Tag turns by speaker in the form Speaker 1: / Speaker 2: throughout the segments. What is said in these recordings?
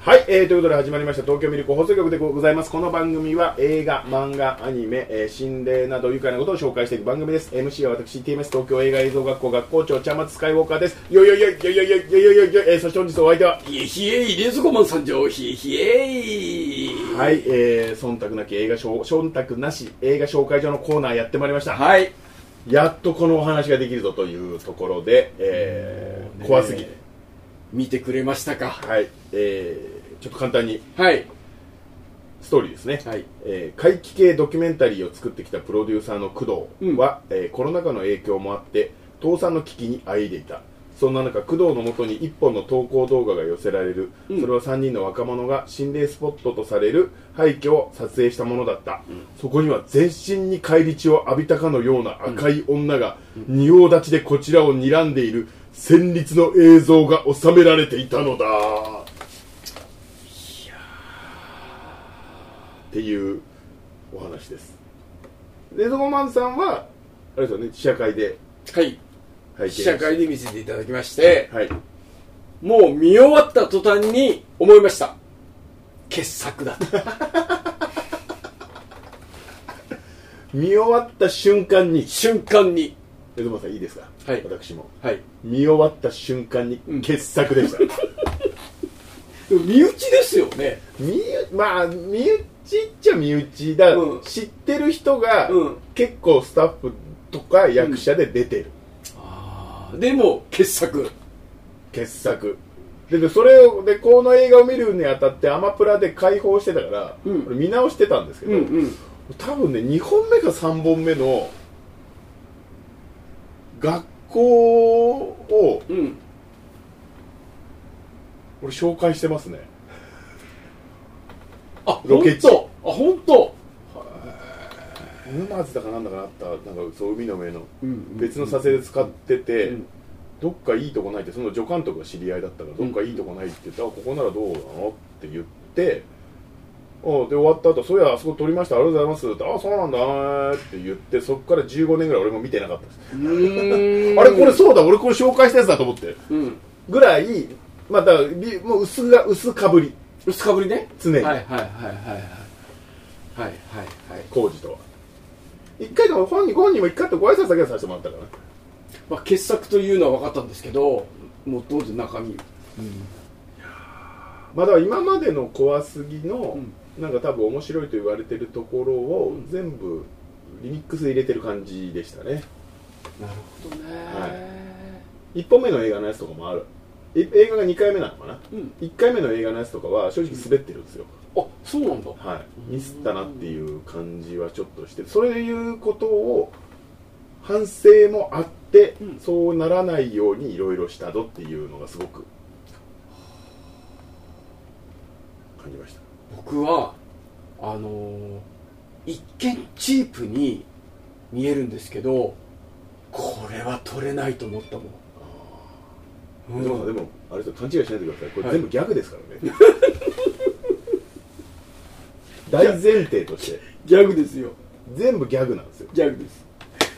Speaker 1: はい、えーということで始まりました東京ミルク放送局でございますこの番組は映画漫画アニメ、えー心霊など愉快なことを紹介していく番組です MC は私 TMS 東京映画映像学校学校長茶松スカイウォーカーですよいよいよいよいよいよいよいよいよいよ、えーそして本日お相手は
Speaker 2: ひえひえい、レズコマンさんじゃおひえひえい。
Speaker 1: はい、えー、忖度なき映画紹忖度なし映画紹介所のコーナーやってまいりました、
Speaker 2: はい。
Speaker 1: やっとこのお話ができるぞというところで、えー
Speaker 2: ね
Speaker 1: 怖すぎて
Speaker 2: 見てくれましたか
Speaker 1: はい、えー、ちょっと簡単に
Speaker 2: はい。
Speaker 1: ストーリーですね、
Speaker 2: はい
Speaker 1: えー怪奇系ドキュメンタリーを作ってきたプロデューサーの工藤は、えーコロナ禍の影響もあって倒産の危機にあいでいたそんな中工藤のもとに1本の投稿動画が寄せられる、
Speaker 2: うん
Speaker 1: それは3人の若者が心霊スポットとされる廃墟を撮影したものだった、そこには全身に返り血を浴びたかのような赤い女が仁王立ちでこちらを睨んでいる戦慄の映像が収められていたのだっていうお話ですレゾゴマンさんはあれですよね試写会で
Speaker 2: はい。
Speaker 1: 拝見
Speaker 2: 試写会で見せていただきまして、
Speaker 1: はい
Speaker 2: もう見終わった途端に思いました。傑作だと。
Speaker 1: 見終わった瞬間に
Speaker 2: 瞬間に。
Speaker 1: レゾゴマンさんいいですか
Speaker 2: はい
Speaker 1: 私も
Speaker 2: はい。
Speaker 1: 見終わった瞬間に
Speaker 2: うん
Speaker 1: 傑作でした、
Speaker 2: 身内ですよね。
Speaker 1: 身内まあ身内っちゃ身内だ、
Speaker 2: うん
Speaker 1: 知ってる人が、
Speaker 2: うん
Speaker 1: 結構スタッフとか役者で出てる、
Speaker 2: でも、傑作。
Speaker 1: 傑作ででそれをでこの映画を見るにあたってアマプラで開放してたから、
Speaker 2: うん
Speaker 1: 俺見直してたんですけど、
Speaker 2: うんうん。
Speaker 1: 多分ね2本目か3本目の学校を
Speaker 2: うん。
Speaker 1: 俺紹介してますね
Speaker 2: あ、
Speaker 1: ロケ地
Speaker 2: ほんとあ、本当。
Speaker 1: 沼津だかなんだかなったなんかそう海の上の
Speaker 2: うん
Speaker 1: 別の撮影で使ってて、
Speaker 2: うん
Speaker 1: どっかいいとこないってその助監督が知り合いだったからどっかいいとこないって言って、あここならどうなのって言ってあで終わった後そういやあそこ撮りましたありがとうございますってあそうなんだねって言ってそこから15年ぐらい俺も見てなかったです、
Speaker 2: うーん
Speaker 1: あれこれそうだ俺これ紹介したやつだと思って
Speaker 2: うん。
Speaker 1: ぐらいまあだからびもう薄が薄かぶり
Speaker 2: 薄かぶりね。
Speaker 1: 常に、
Speaker 2: はいはいはいはいはい。はいはいはい。
Speaker 1: 工事とは一回でも本人本人も一回とご挨拶だけはさせてもらったから
Speaker 2: まあ、傑作というのは分かったんですけどもうどうぞ中身
Speaker 1: まあ、だから今までの怖すぎの、
Speaker 2: う
Speaker 1: なんか多分面白いと言われてるところを
Speaker 2: うん
Speaker 1: 全部リミックス入れてる感じでしたね
Speaker 2: なるほどね、
Speaker 1: 1本目の映画のやつとかもあるい映画が2回目なのかな
Speaker 2: うん、
Speaker 1: 1回目の映画のやつとかは正直滑ってるんですよ、
Speaker 2: あそうなんだ
Speaker 1: はい、ミスったなっていう感じはちょっとしてそういうことを反省もあって、
Speaker 2: うん
Speaker 1: そうならないようにいろいろしたぞっていうのがすごく感じました
Speaker 2: 僕はあのー一見チープに見えるんですけどこれは取れないと思ったもん、
Speaker 1: でも
Speaker 2: う
Speaker 1: で
Speaker 2: ん、
Speaker 1: もあれですよ勘違いしないでくださいこれ
Speaker 2: はい
Speaker 1: 全部ギャグですからね、 大前提として
Speaker 2: ギャグですよ
Speaker 1: 全部ギャグなんですよ
Speaker 2: ギャグです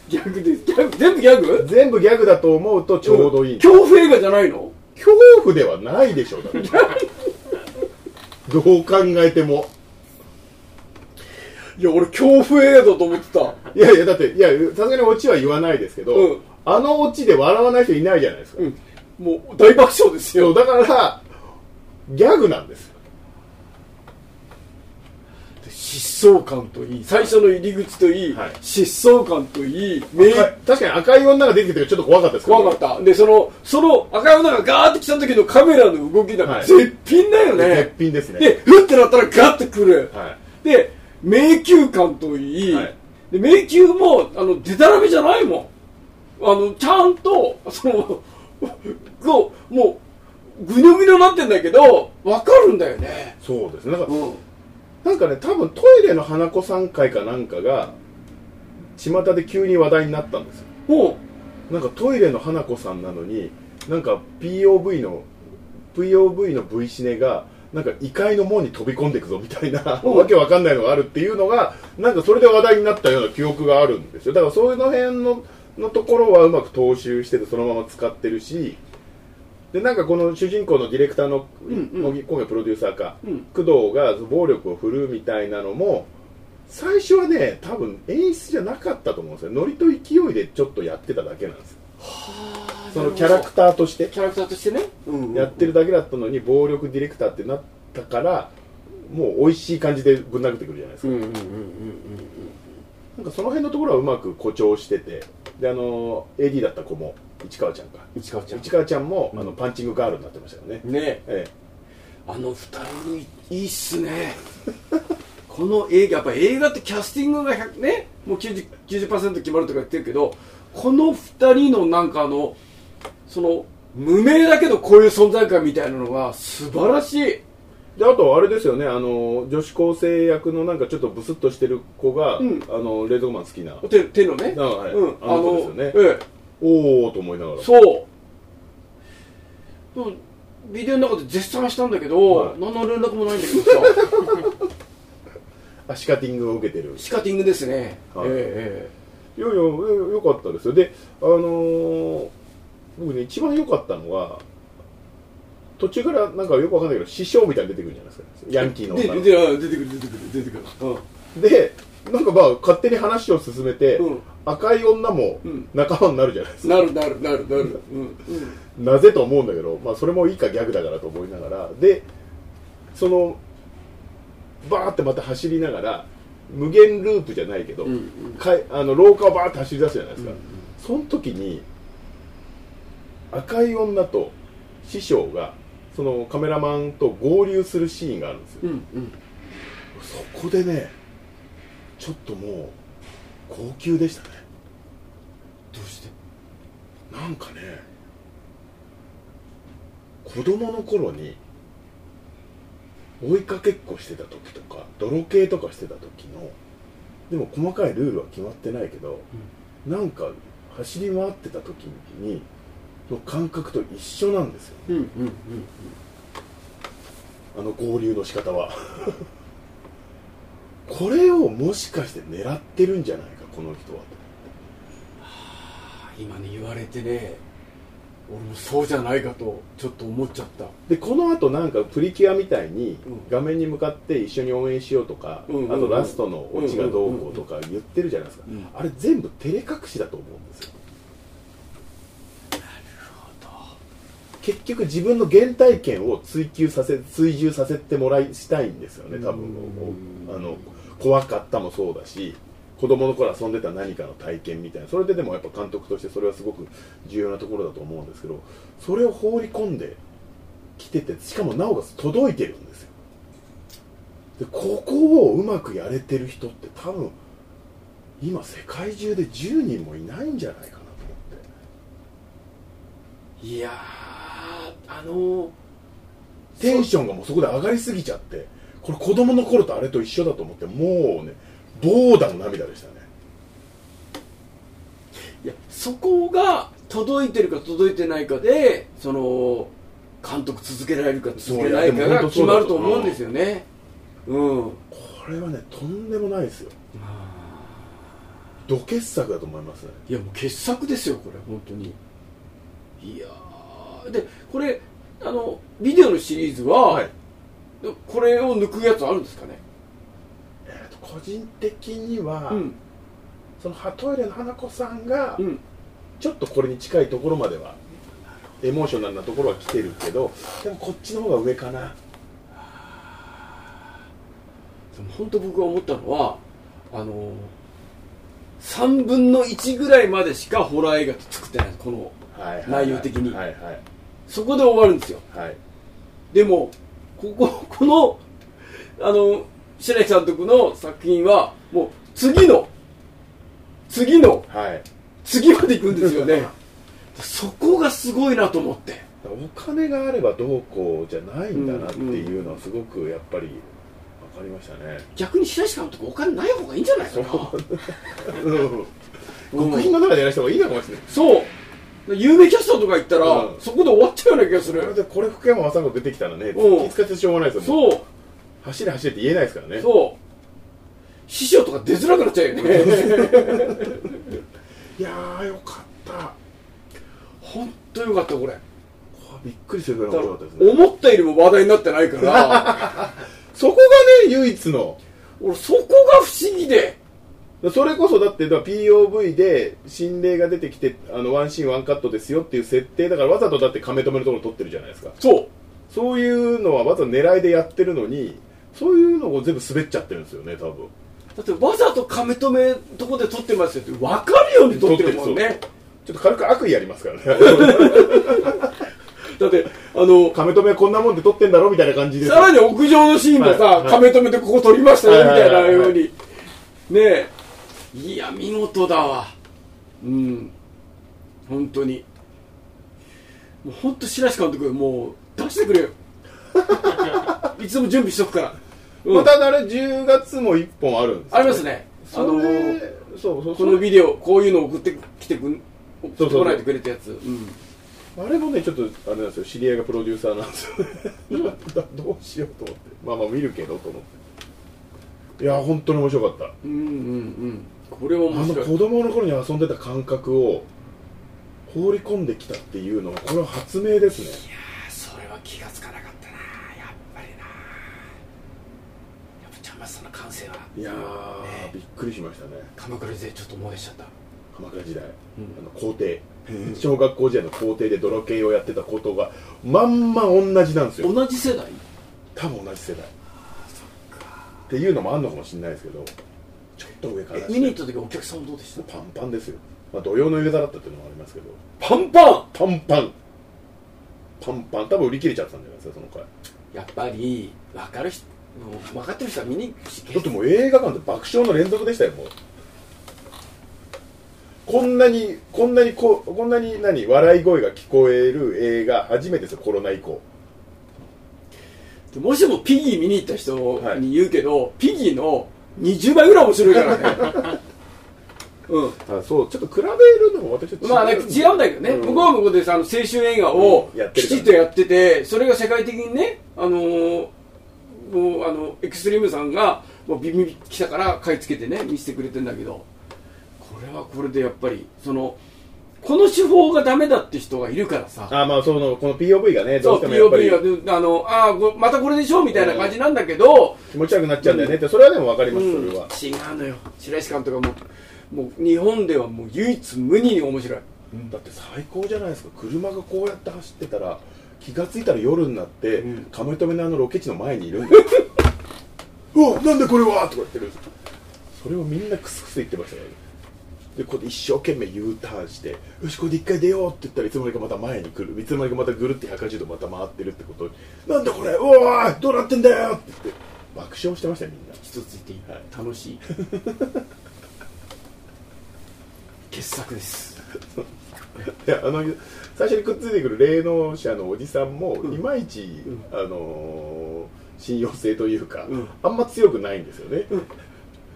Speaker 2: ギャグですギャグ全部ギャグ
Speaker 1: 全部ギャグだと思うとちょうどいいんです
Speaker 2: 恐怖映画じゃないの
Speaker 1: 恐怖ではないでしょうだって どう考えても
Speaker 2: いや俺恐怖映画だと思ってた
Speaker 1: いやいやだっていやさすがにオチは言わないですけど、
Speaker 2: うん
Speaker 1: あのオチで笑わない人いないじゃないですか、
Speaker 2: うんもう大爆笑です
Speaker 1: そう
Speaker 2: よ
Speaker 1: だからギャグなんですよ
Speaker 2: 疾走感といい最初の入り口といい、
Speaker 1: はい
Speaker 2: 疾走感といい
Speaker 1: 赤
Speaker 2: め
Speaker 1: い確かに赤い女が出てきてちょっと怖かったですけど
Speaker 2: 怖かったでそのその赤い女がガーって来た時のカメラの動きだから
Speaker 1: はい
Speaker 2: 絶品だよね、
Speaker 1: 絶品ですね
Speaker 2: でふってなったらガッてくる、
Speaker 1: はい
Speaker 2: で迷宮感といい、
Speaker 1: はい
Speaker 2: で迷宮もあのでたらめじゃないもんあのちゃんとそのこうもうぐにょぐにょなってんだけどわかるんだよね
Speaker 1: そうですねなんか
Speaker 2: うん
Speaker 1: なんかね多分トイレの花子さん会かなんかが巷で急に話題になったんですよ
Speaker 2: も
Speaker 1: なんかトイレの花子さんなのになんか POV の POV の V シネがなんか異界の門に飛び込んでいくぞみたいな
Speaker 2: うん
Speaker 1: わけわかんないのがあるっていうのがなんかそれで話題になったような記憶があるんですよだからそういうの辺ののところはうまく踏襲しててそのまま使ってるしでなんかこの主人公のディレクターの
Speaker 2: うんうん
Speaker 1: 茂木工業プロデューサーか、
Speaker 2: うん
Speaker 1: 工藤が暴力を振るうみたいなのも最初はね多分演出じゃなかったと思うんですよノリと勢いでちょっとやってただけなんですよそのキャラクターとして
Speaker 2: キャラクターとしてね、うん
Speaker 1: やってるだけだったのに暴力ディレクターってなったからもう美味しい感じでぶん殴ってくるじゃないです
Speaker 2: う
Speaker 1: か、
Speaker 2: んうんうんうんうん
Speaker 1: なんかその辺のところはうまく誇張しててであの AD だった子も市川ちゃんか
Speaker 2: うん市川ちゃん
Speaker 1: 市川ちゃんも、
Speaker 2: うん
Speaker 1: あのパンチングガールになってましたよね、
Speaker 2: ね
Speaker 1: ええ
Speaker 2: あの二人いいいっすね この映画やっぱ映画ってキャスティングが100ねもう 90%, 90決まるとか言ってるけどこの二人のなんかあのその無名だけどこういう存在感みたいなのが素晴らしい
Speaker 1: であとあれですよねあの女子高生役のなんかちょっとブスッとしてる子が、
Speaker 2: うん
Speaker 1: あの冷蔵マン好きな
Speaker 2: て手のね
Speaker 1: あはい
Speaker 2: うん、
Speaker 1: あの子ですよね
Speaker 2: ええ
Speaker 1: おおと思いながら
Speaker 2: そうでもビデオの中で絶賛したんだけど、
Speaker 1: はい
Speaker 2: 何の連絡もないんだけどさ
Speaker 1: あシカティングを受けてる
Speaker 2: シカティングですね、
Speaker 1: はい
Speaker 2: えええ
Speaker 1: いやいやよよかったですよであのー僕ね一番良かったのは途中からなんかよくわかんないけど師匠みたいに出てくるじゃないですかヤンキーの
Speaker 2: え
Speaker 1: 女の
Speaker 2: で
Speaker 1: 子
Speaker 2: であ出てくる出てくる出てくる、うん
Speaker 1: でなんかまあ勝手に話を進めて、
Speaker 2: うん
Speaker 1: 赤い女も
Speaker 2: うん
Speaker 1: 仲間になるじゃないですか、
Speaker 2: なるなるなるなる、うん
Speaker 1: なぜと思うんだけど、まあ、それもいいかギャグだからと思いながらでそのバーってまた走りながら無限ループじゃないけど、
Speaker 2: うん
Speaker 1: かいあの廊下をバーって走り出すじゃないですか、その時に赤い女と師匠がそのカメラマンと合流するシーンがあるんですよ、
Speaker 2: うんうん
Speaker 1: そこでねちょっともう高級でしたね
Speaker 2: どうして
Speaker 1: なんかね子供の頃に追いかけっこしてた時とか泥系とかしてた時のでも細かいルールは決まってないけど、なんか走り回ってた時にの感覚と一緒なんですよ
Speaker 2: うんうんうん
Speaker 1: あの合流の仕方は これをもしかして狙ってるんじゃないかこの人は
Speaker 2: 今ね言われてね俺もそうじゃないかとちょっと思っちゃった
Speaker 1: でこのあとんかプリキュアみたいに
Speaker 2: うん
Speaker 1: 画面に向かって一緒に応援しようとか、
Speaker 2: うんうんうん
Speaker 1: あとラストのオチがどうこうとか言ってるじゃないですか、
Speaker 2: うん
Speaker 1: あれ全部照れ隠しだと思うんですよ結局自分の原体験を追求させ追従させてもらいしたいんですよね多分
Speaker 2: うん
Speaker 1: あの怖かったもそうだし子供の頃遊んでた何かの体験みたいなそれででもやっぱ監督としてそれはすごく重要なところだと思うんですけどそれを放り込んできててしかもなおかつ届いてるんですよでここをうまくやれてる人って多分今世界中で10人もいないんじゃないかなと思って
Speaker 2: いやーあの
Speaker 1: テンションがもうそこで上がりすぎちゃってこれ子供の頃とあれと一緒だと思ってもうねボーダの涙でしたね
Speaker 2: いやそこが届いてるか届いてないかでその監督続けられるか続
Speaker 1: そう
Speaker 2: けない
Speaker 1: いや
Speaker 2: か
Speaker 1: でも
Speaker 2: が
Speaker 1: 本当
Speaker 2: 決
Speaker 1: そうだ
Speaker 2: まると思うんですよねうん
Speaker 1: これはねとんでもないですよド傑作だと思いますね
Speaker 2: いやもう傑作ですよこれ本当にいやーでこれあのビデオのシリーズは、
Speaker 1: はい
Speaker 2: これを抜くやつあるんですかね
Speaker 1: えーと個人的には、
Speaker 2: うん
Speaker 1: そのハトイレの花子さんが、
Speaker 2: うん
Speaker 1: ちょっとこれに近いところまではエモーショナルなところは来てるけどでもこっちの方が上かな
Speaker 2: でも本当僕が思ったのはあの3分の1ぐらいまでしかホラー映画って作ってないこの
Speaker 1: はいはいはい
Speaker 2: 内容的に
Speaker 1: はいはい
Speaker 2: そこで終わるんですよ
Speaker 1: はい
Speaker 2: でもここ このあの白木監督の作品はもう次の次の
Speaker 1: はい
Speaker 2: 次まで行くんですよね そこがすごいなと思って
Speaker 1: お金があればどうこうじゃないんだなっていうのはすごくやっぱり分かりましたね、
Speaker 2: 逆に白石監督お金ない方がいいんじゃないかなうん
Speaker 1: 極貧の中でやらした方がいいのかもしれない
Speaker 2: そう有名キャスターとか行ったら、
Speaker 1: うん
Speaker 2: そこで終わっちゃうような気がす
Speaker 1: それ
Speaker 2: る
Speaker 1: でこれ福山雅治出てきたらね
Speaker 2: うん
Speaker 1: 気使ってしょうがないですよもう
Speaker 2: そう
Speaker 1: 走れ走れって言えないですからね
Speaker 2: そう師匠とか出づらくなっちゃうよね
Speaker 1: いやーよかった
Speaker 2: 本当よかったこれ
Speaker 1: こびっくりするぐらい
Speaker 2: だ
Speaker 1: 面
Speaker 2: か
Speaker 1: 白
Speaker 2: ら
Speaker 1: かったですね
Speaker 2: 思ったよりも話題になってないから
Speaker 1: そこがね唯一の
Speaker 2: 俺そこが不思議で
Speaker 1: それこそだってだから POV で心霊が出てきてあのワンシーンワンカットですよっていう設定だからわざとだって亀止めのところ撮ってるじゃないですか
Speaker 2: そう
Speaker 1: そういうのはわざと狙いでやってるのにそういうのを全部滑っちゃってるんですよね多分
Speaker 2: だってわざと亀止めとこで撮ってますよって分かるように撮ってるもんね
Speaker 1: ちょっと軽く悪意やりますからね
Speaker 2: だってあの
Speaker 1: 亀止めこんなもんで撮ってんだろみたいな感じです
Speaker 2: さらに屋上のシーンもさ、
Speaker 1: はいはい
Speaker 2: 亀止めてここ撮りましたよみたいな
Speaker 1: はいはいはい
Speaker 2: よ
Speaker 1: は
Speaker 2: う
Speaker 1: い
Speaker 2: にねえいや見事だわうん本当にもう本当白石監督もう出してくれよ いつでも準備しとくから、うん
Speaker 1: またあれ10月も1本あるんですよ
Speaker 2: ありますねあ
Speaker 1: そ
Speaker 2: の
Speaker 1: れそうそう
Speaker 2: こ
Speaker 1: そ
Speaker 2: の
Speaker 1: の
Speaker 2: ビデオこういうの送ってきてくん送ってこないでくれたやつうん
Speaker 1: あれもねちょっとあれなんですよ知り合いがプロデューサーなんですよ ねどうしようと思ってまあまあ見るけどと思っていや本当に面白かった
Speaker 2: うんうんうんこれは
Speaker 1: あ
Speaker 2: 面
Speaker 1: の
Speaker 2: 白い
Speaker 1: 子供の頃に遊んでた感覚を放り込んできたっていうのはこれは発明ですね
Speaker 2: それは気がつかなかったなやっぱりなやっぱちゃんまつさんの感性はい
Speaker 1: やー、
Speaker 2: ね
Speaker 1: びっくりしましたね
Speaker 2: 鎌倉勢ちょっと思い出しちゃった
Speaker 1: 鎌倉時代、
Speaker 2: う
Speaker 1: あ
Speaker 2: ん
Speaker 1: の校庭小学校時代の校庭で泥系をやってたことがまんま同じなんですよ
Speaker 2: 同じ世代
Speaker 1: 多分同じ世代っていうのもあるのかもしれないですけどちょっと上から
Speaker 2: え
Speaker 1: して
Speaker 2: 見に行った時お客さんどうでした
Speaker 1: パンパンですよ、まあ、土曜の夕方だったっていうのもありますけど
Speaker 2: パンパン
Speaker 1: パンパンパンパン多分売り切れちゃったんじゃないですかその回
Speaker 2: やっぱり分かる人もう分かってる人は見に行くし
Speaker 1: だってもう映画館で爆笑の連続でしたよもうこんなにこんなにここんなに何笑い声が聞こえる映画初めてですよコロナ以降
Speaker 2: もしもピギー見に行った人
Speaker 1: はい
Speaker 2: に言うけど、ピギーの20倍ぐらい面白いからね うん
Speaker 1: あそうちょっと比べるのも私は
Speaker 2: まあなんか違うんだけどね、
Speaker 1: うん
Speaker 2: 向こうは向こうでさあの青春映画を
Speaker 1: うんやって
Speaker 2: き
Speaker 1: るから
Speaker 2: ちっとやってて、それが世界的にね、あのーもうあのエクストリームさんがもうビビビ来たから買い付けてね見せてくれてんだけどこれはこれでやっぱりそのこの手法がダメだって人がいるからさ
Speaker 1: あまあそのこの POV がねど
Speaker 2: そうう
Speaker 1: してもやっぱり
Speaker 2: POV はあのあーこまたこれでしょみたいな感じなんだけど、
Speaker 1: 気持ち悪くなっちゃうんだよねってそれはでも分かりますそれは、
Speaker 2: 違うのよ白石監督はもうもう日本ではもう唯一無二に面白い。
Speaker 1: だって最高じゃないですか車がこうやって走ってたら気がついたら夜になって、
Speaker 2: うん
Speaker 1: カメ止めのあのロケ地の前にいるんだよ うわなんでこれはとか言ってるそれをみんなクスクス言ってましたからねでここで一生懸命 U ターンしてよしこれで一回出ようって言ったらいつの間にかまた前に来るいつの間にかまたぐるって180度また回ってるってことなんだこれうわーどうなってんだよって言って爆笑してましたよみんな
Speaker 2: 一つ言っていい、
Speaker 1: はい
Speaker 2: 楽 しい傑作です
Speaker 1: いやあの最初にくっついてくる霊能者のおじさんも、
Speaker 2: ん
Speaker 1: いまいち、
Speaker 2: ん
Speaker 1: あのー信用性というか、
Speaker 2: うん
Speaker 1: あんま強くないんですよね、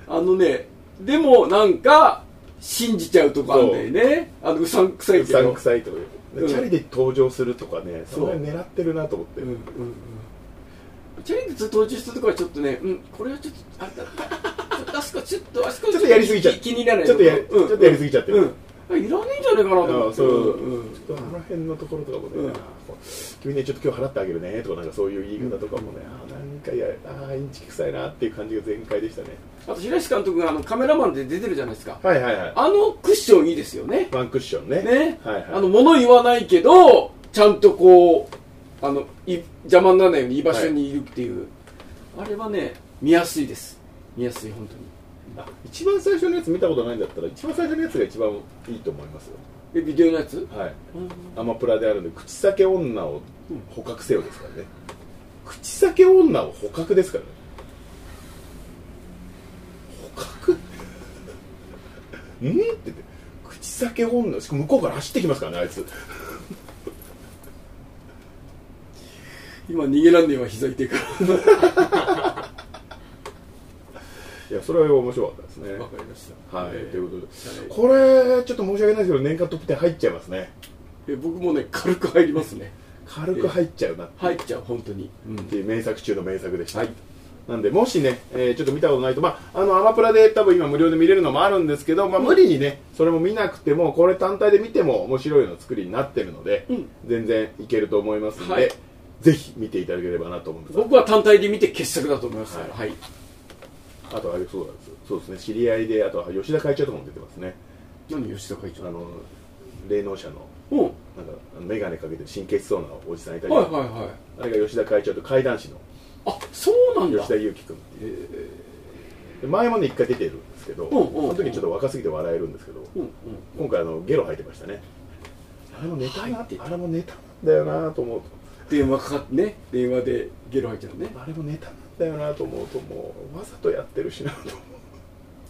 Speaker 2: あのねでもなんか信じちゃうとこあるんだよねあのうさんくさいうけ
Speaker 1: さん
Speaker 2: ど
Speaker 1: くさいという、
Speaker 2: うん
Speaker 1: チャリで登場するとかね
Speaker 2: そ
Speaker 1: そ
Speaker 2: う
Speaker 1: れ狙ってるなと思って、
Speaker 2: うんうんうんチャレンジ登場したとこはちょっとね、うん、これはちょっとあれだちょっとあそこちょっとあそこ
Speaker 1: ちょっとやりすぎちゃう
Speaker 2: 気気にならない
Speaker 1: ちょっとやり
Speaker 2: うん
Speaker 1: ちょっとやりすぎちゃってる
Speaker 2: うんあいらねえんじゃないかなと
Speaker 1: あ
Speaker 2: 思
Speaker 1: ー
Speaker 2: って
Speaker 1: そう、
Speaker 2: うん
Speaker 1: ちょっとあの辺のところとかもね、
Speaker 2: うん
Speaker 1: あー君ねちょっと今日払ってあげるねとかなんかそういう言い方とかもね、あーなんかいやあーインチキ臭いなっていう感じが全開でしたね
Speaker 2: あと白石監督があのカメラマンで出てるじゃないですか
Speaker 1: はいはいはい
Speaker 2: あのクッションいいですよね
Speaker 1: ワンクッションね
Speaker 2: ね、
Speaker 1: はいはい
Speaker 2: あの物言わないけどちゃんとこうあのい邪魔にならないように居場所にいるっていう、あれはね見やすいです見やすい本当に
Speaker 1: あ一番最初のやつ見たことないんだったら一番最初のやつが一番いいと思いますよ
Speaker 2: えビデオのやつ、
Speaker 1: はいアマプラであるんで口裂け女を捕獲せよですからね口裂け女を捕獲ですからね捕獲 んって言って口裂け女しかも向こうから走ってきますからねあいつ
Speaker 2: 今逃げらんねえは膝痛いか
Speaker 1: いやそれは面白かったですね
Speaker 2: らわかりました
Speaker 1: はい、
Speaker 2: えー
Speaker 1: ということで
Speaker 2: はい
Speaker 1: これちょっと申し訳ないですけど年間トップ10入っちゃいますね
Speaker 2: え僕もね軽く入りますね
Speaker 1: 軽く入っちゃうな
Speaker 2: 入っちゃう本当に、うん
Speaker 1: っていう名作中の名作でした、
Speaker 2: はい
Speaker 1: なんで、もしね、えーちょっと見たことないと、まあ、あの、アマプラで多分今無料で見れるのもあるんですけど、まあ、無理にね、それも見なくても、これ単体で見ても面白いの作りになってるので、
Speaker 2: うん
Speaker 1: 全然いけると思いますので、
Speaker 2: はい
Speaker 1: ぜひ見ていただければなと思うんです
Speaker 2: 僕は単体で見て傑作だと思いますよはい、
Speaker 1: あとあれそうなんですそうですね知り合いであとは吉田会長とかも出てますね
Speaker 2: 何吉田会
Speaker 1: あ
Speaker 2: 長
Speaker 1: の霊能者の
Speaker 2: うん
Speaker 1: なんかあの眼鏡かけて神経質そうなおじさんいたり、
Speaker 2: はいはいはい
Speaker 1: あれが吉田会長と怪談師の
Speaker 2: あそうなんだ
Speaker 1: 吉田裕樹君っていう、で前もね一回出てるんですけど、
Speaker 2: うんうんうん
Speaker 1: その時ちょっと若すぎて笑えるんですけど、
Speaker 2: うんうん
Speaker 1: 今回あのゲロ吐いてましたねあれもネタな
Speaker 2: 吐いてた
Speaker 1: あれもネタなんだよなと思うと
Speaker 2: 電話かかってね電話でゲロ吐いちゃうね
Speaker 1: あれもネタなんだよなと思うともうわざとやってるしなと思う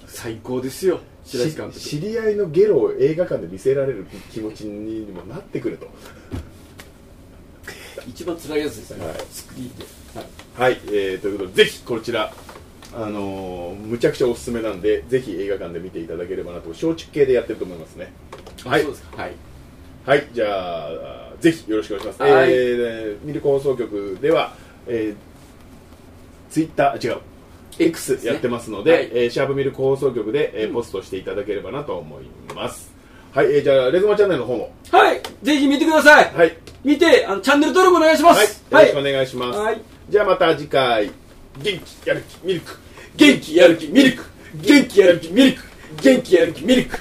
Speaker 2: 最高ですよ白石監
Speaker 1: し
Speaker 2: 督
Speaker 1: 知り合いのゲロを映画館で見せられる気持ちにもなってくると
Speaker 2: 一番辛いやつですよ、
Speaker 1: はい
Speaker 2: スクリーンで、はい
Speaker 1: はい、えー、ということでぜひこちらあのーむちゃくちゃおすすめなんでぜひ映画館で見ていただければなと松竹系でやってると思いますね
Speaker 2: あ
Speaker 1: はい
Speaker 2: そうですかはい
Speaker 1: はいじゃあぜひよろしくお願いします、
Speaker 2: はい
Speaker 1: えーミルク放送局では、えー、ツイッター違う X
Speaker 2: ですね
Speaker 1: やってますので、
Speaker 2: はい
Speaker 1: えーシャープミルク放送局で、えーポストしていただければなと思います、はい、えーじゃあレズマチャンネルの方も
Speaker 2: はいぜひ見てください、
Speaker 1: はい
Speaker 2: 見てあのチャンネル登録お願いしま
Speaker 1: はい、よ
Speaker 2: す
Speaker 1: ろしくお願いします。
Speaker 2: はい
Speaker 1: じゃあまた次回、元気やる気ミルク。
Speaker 2: 元気やる気ミルク元気やる気ミルク元気やる気ミルク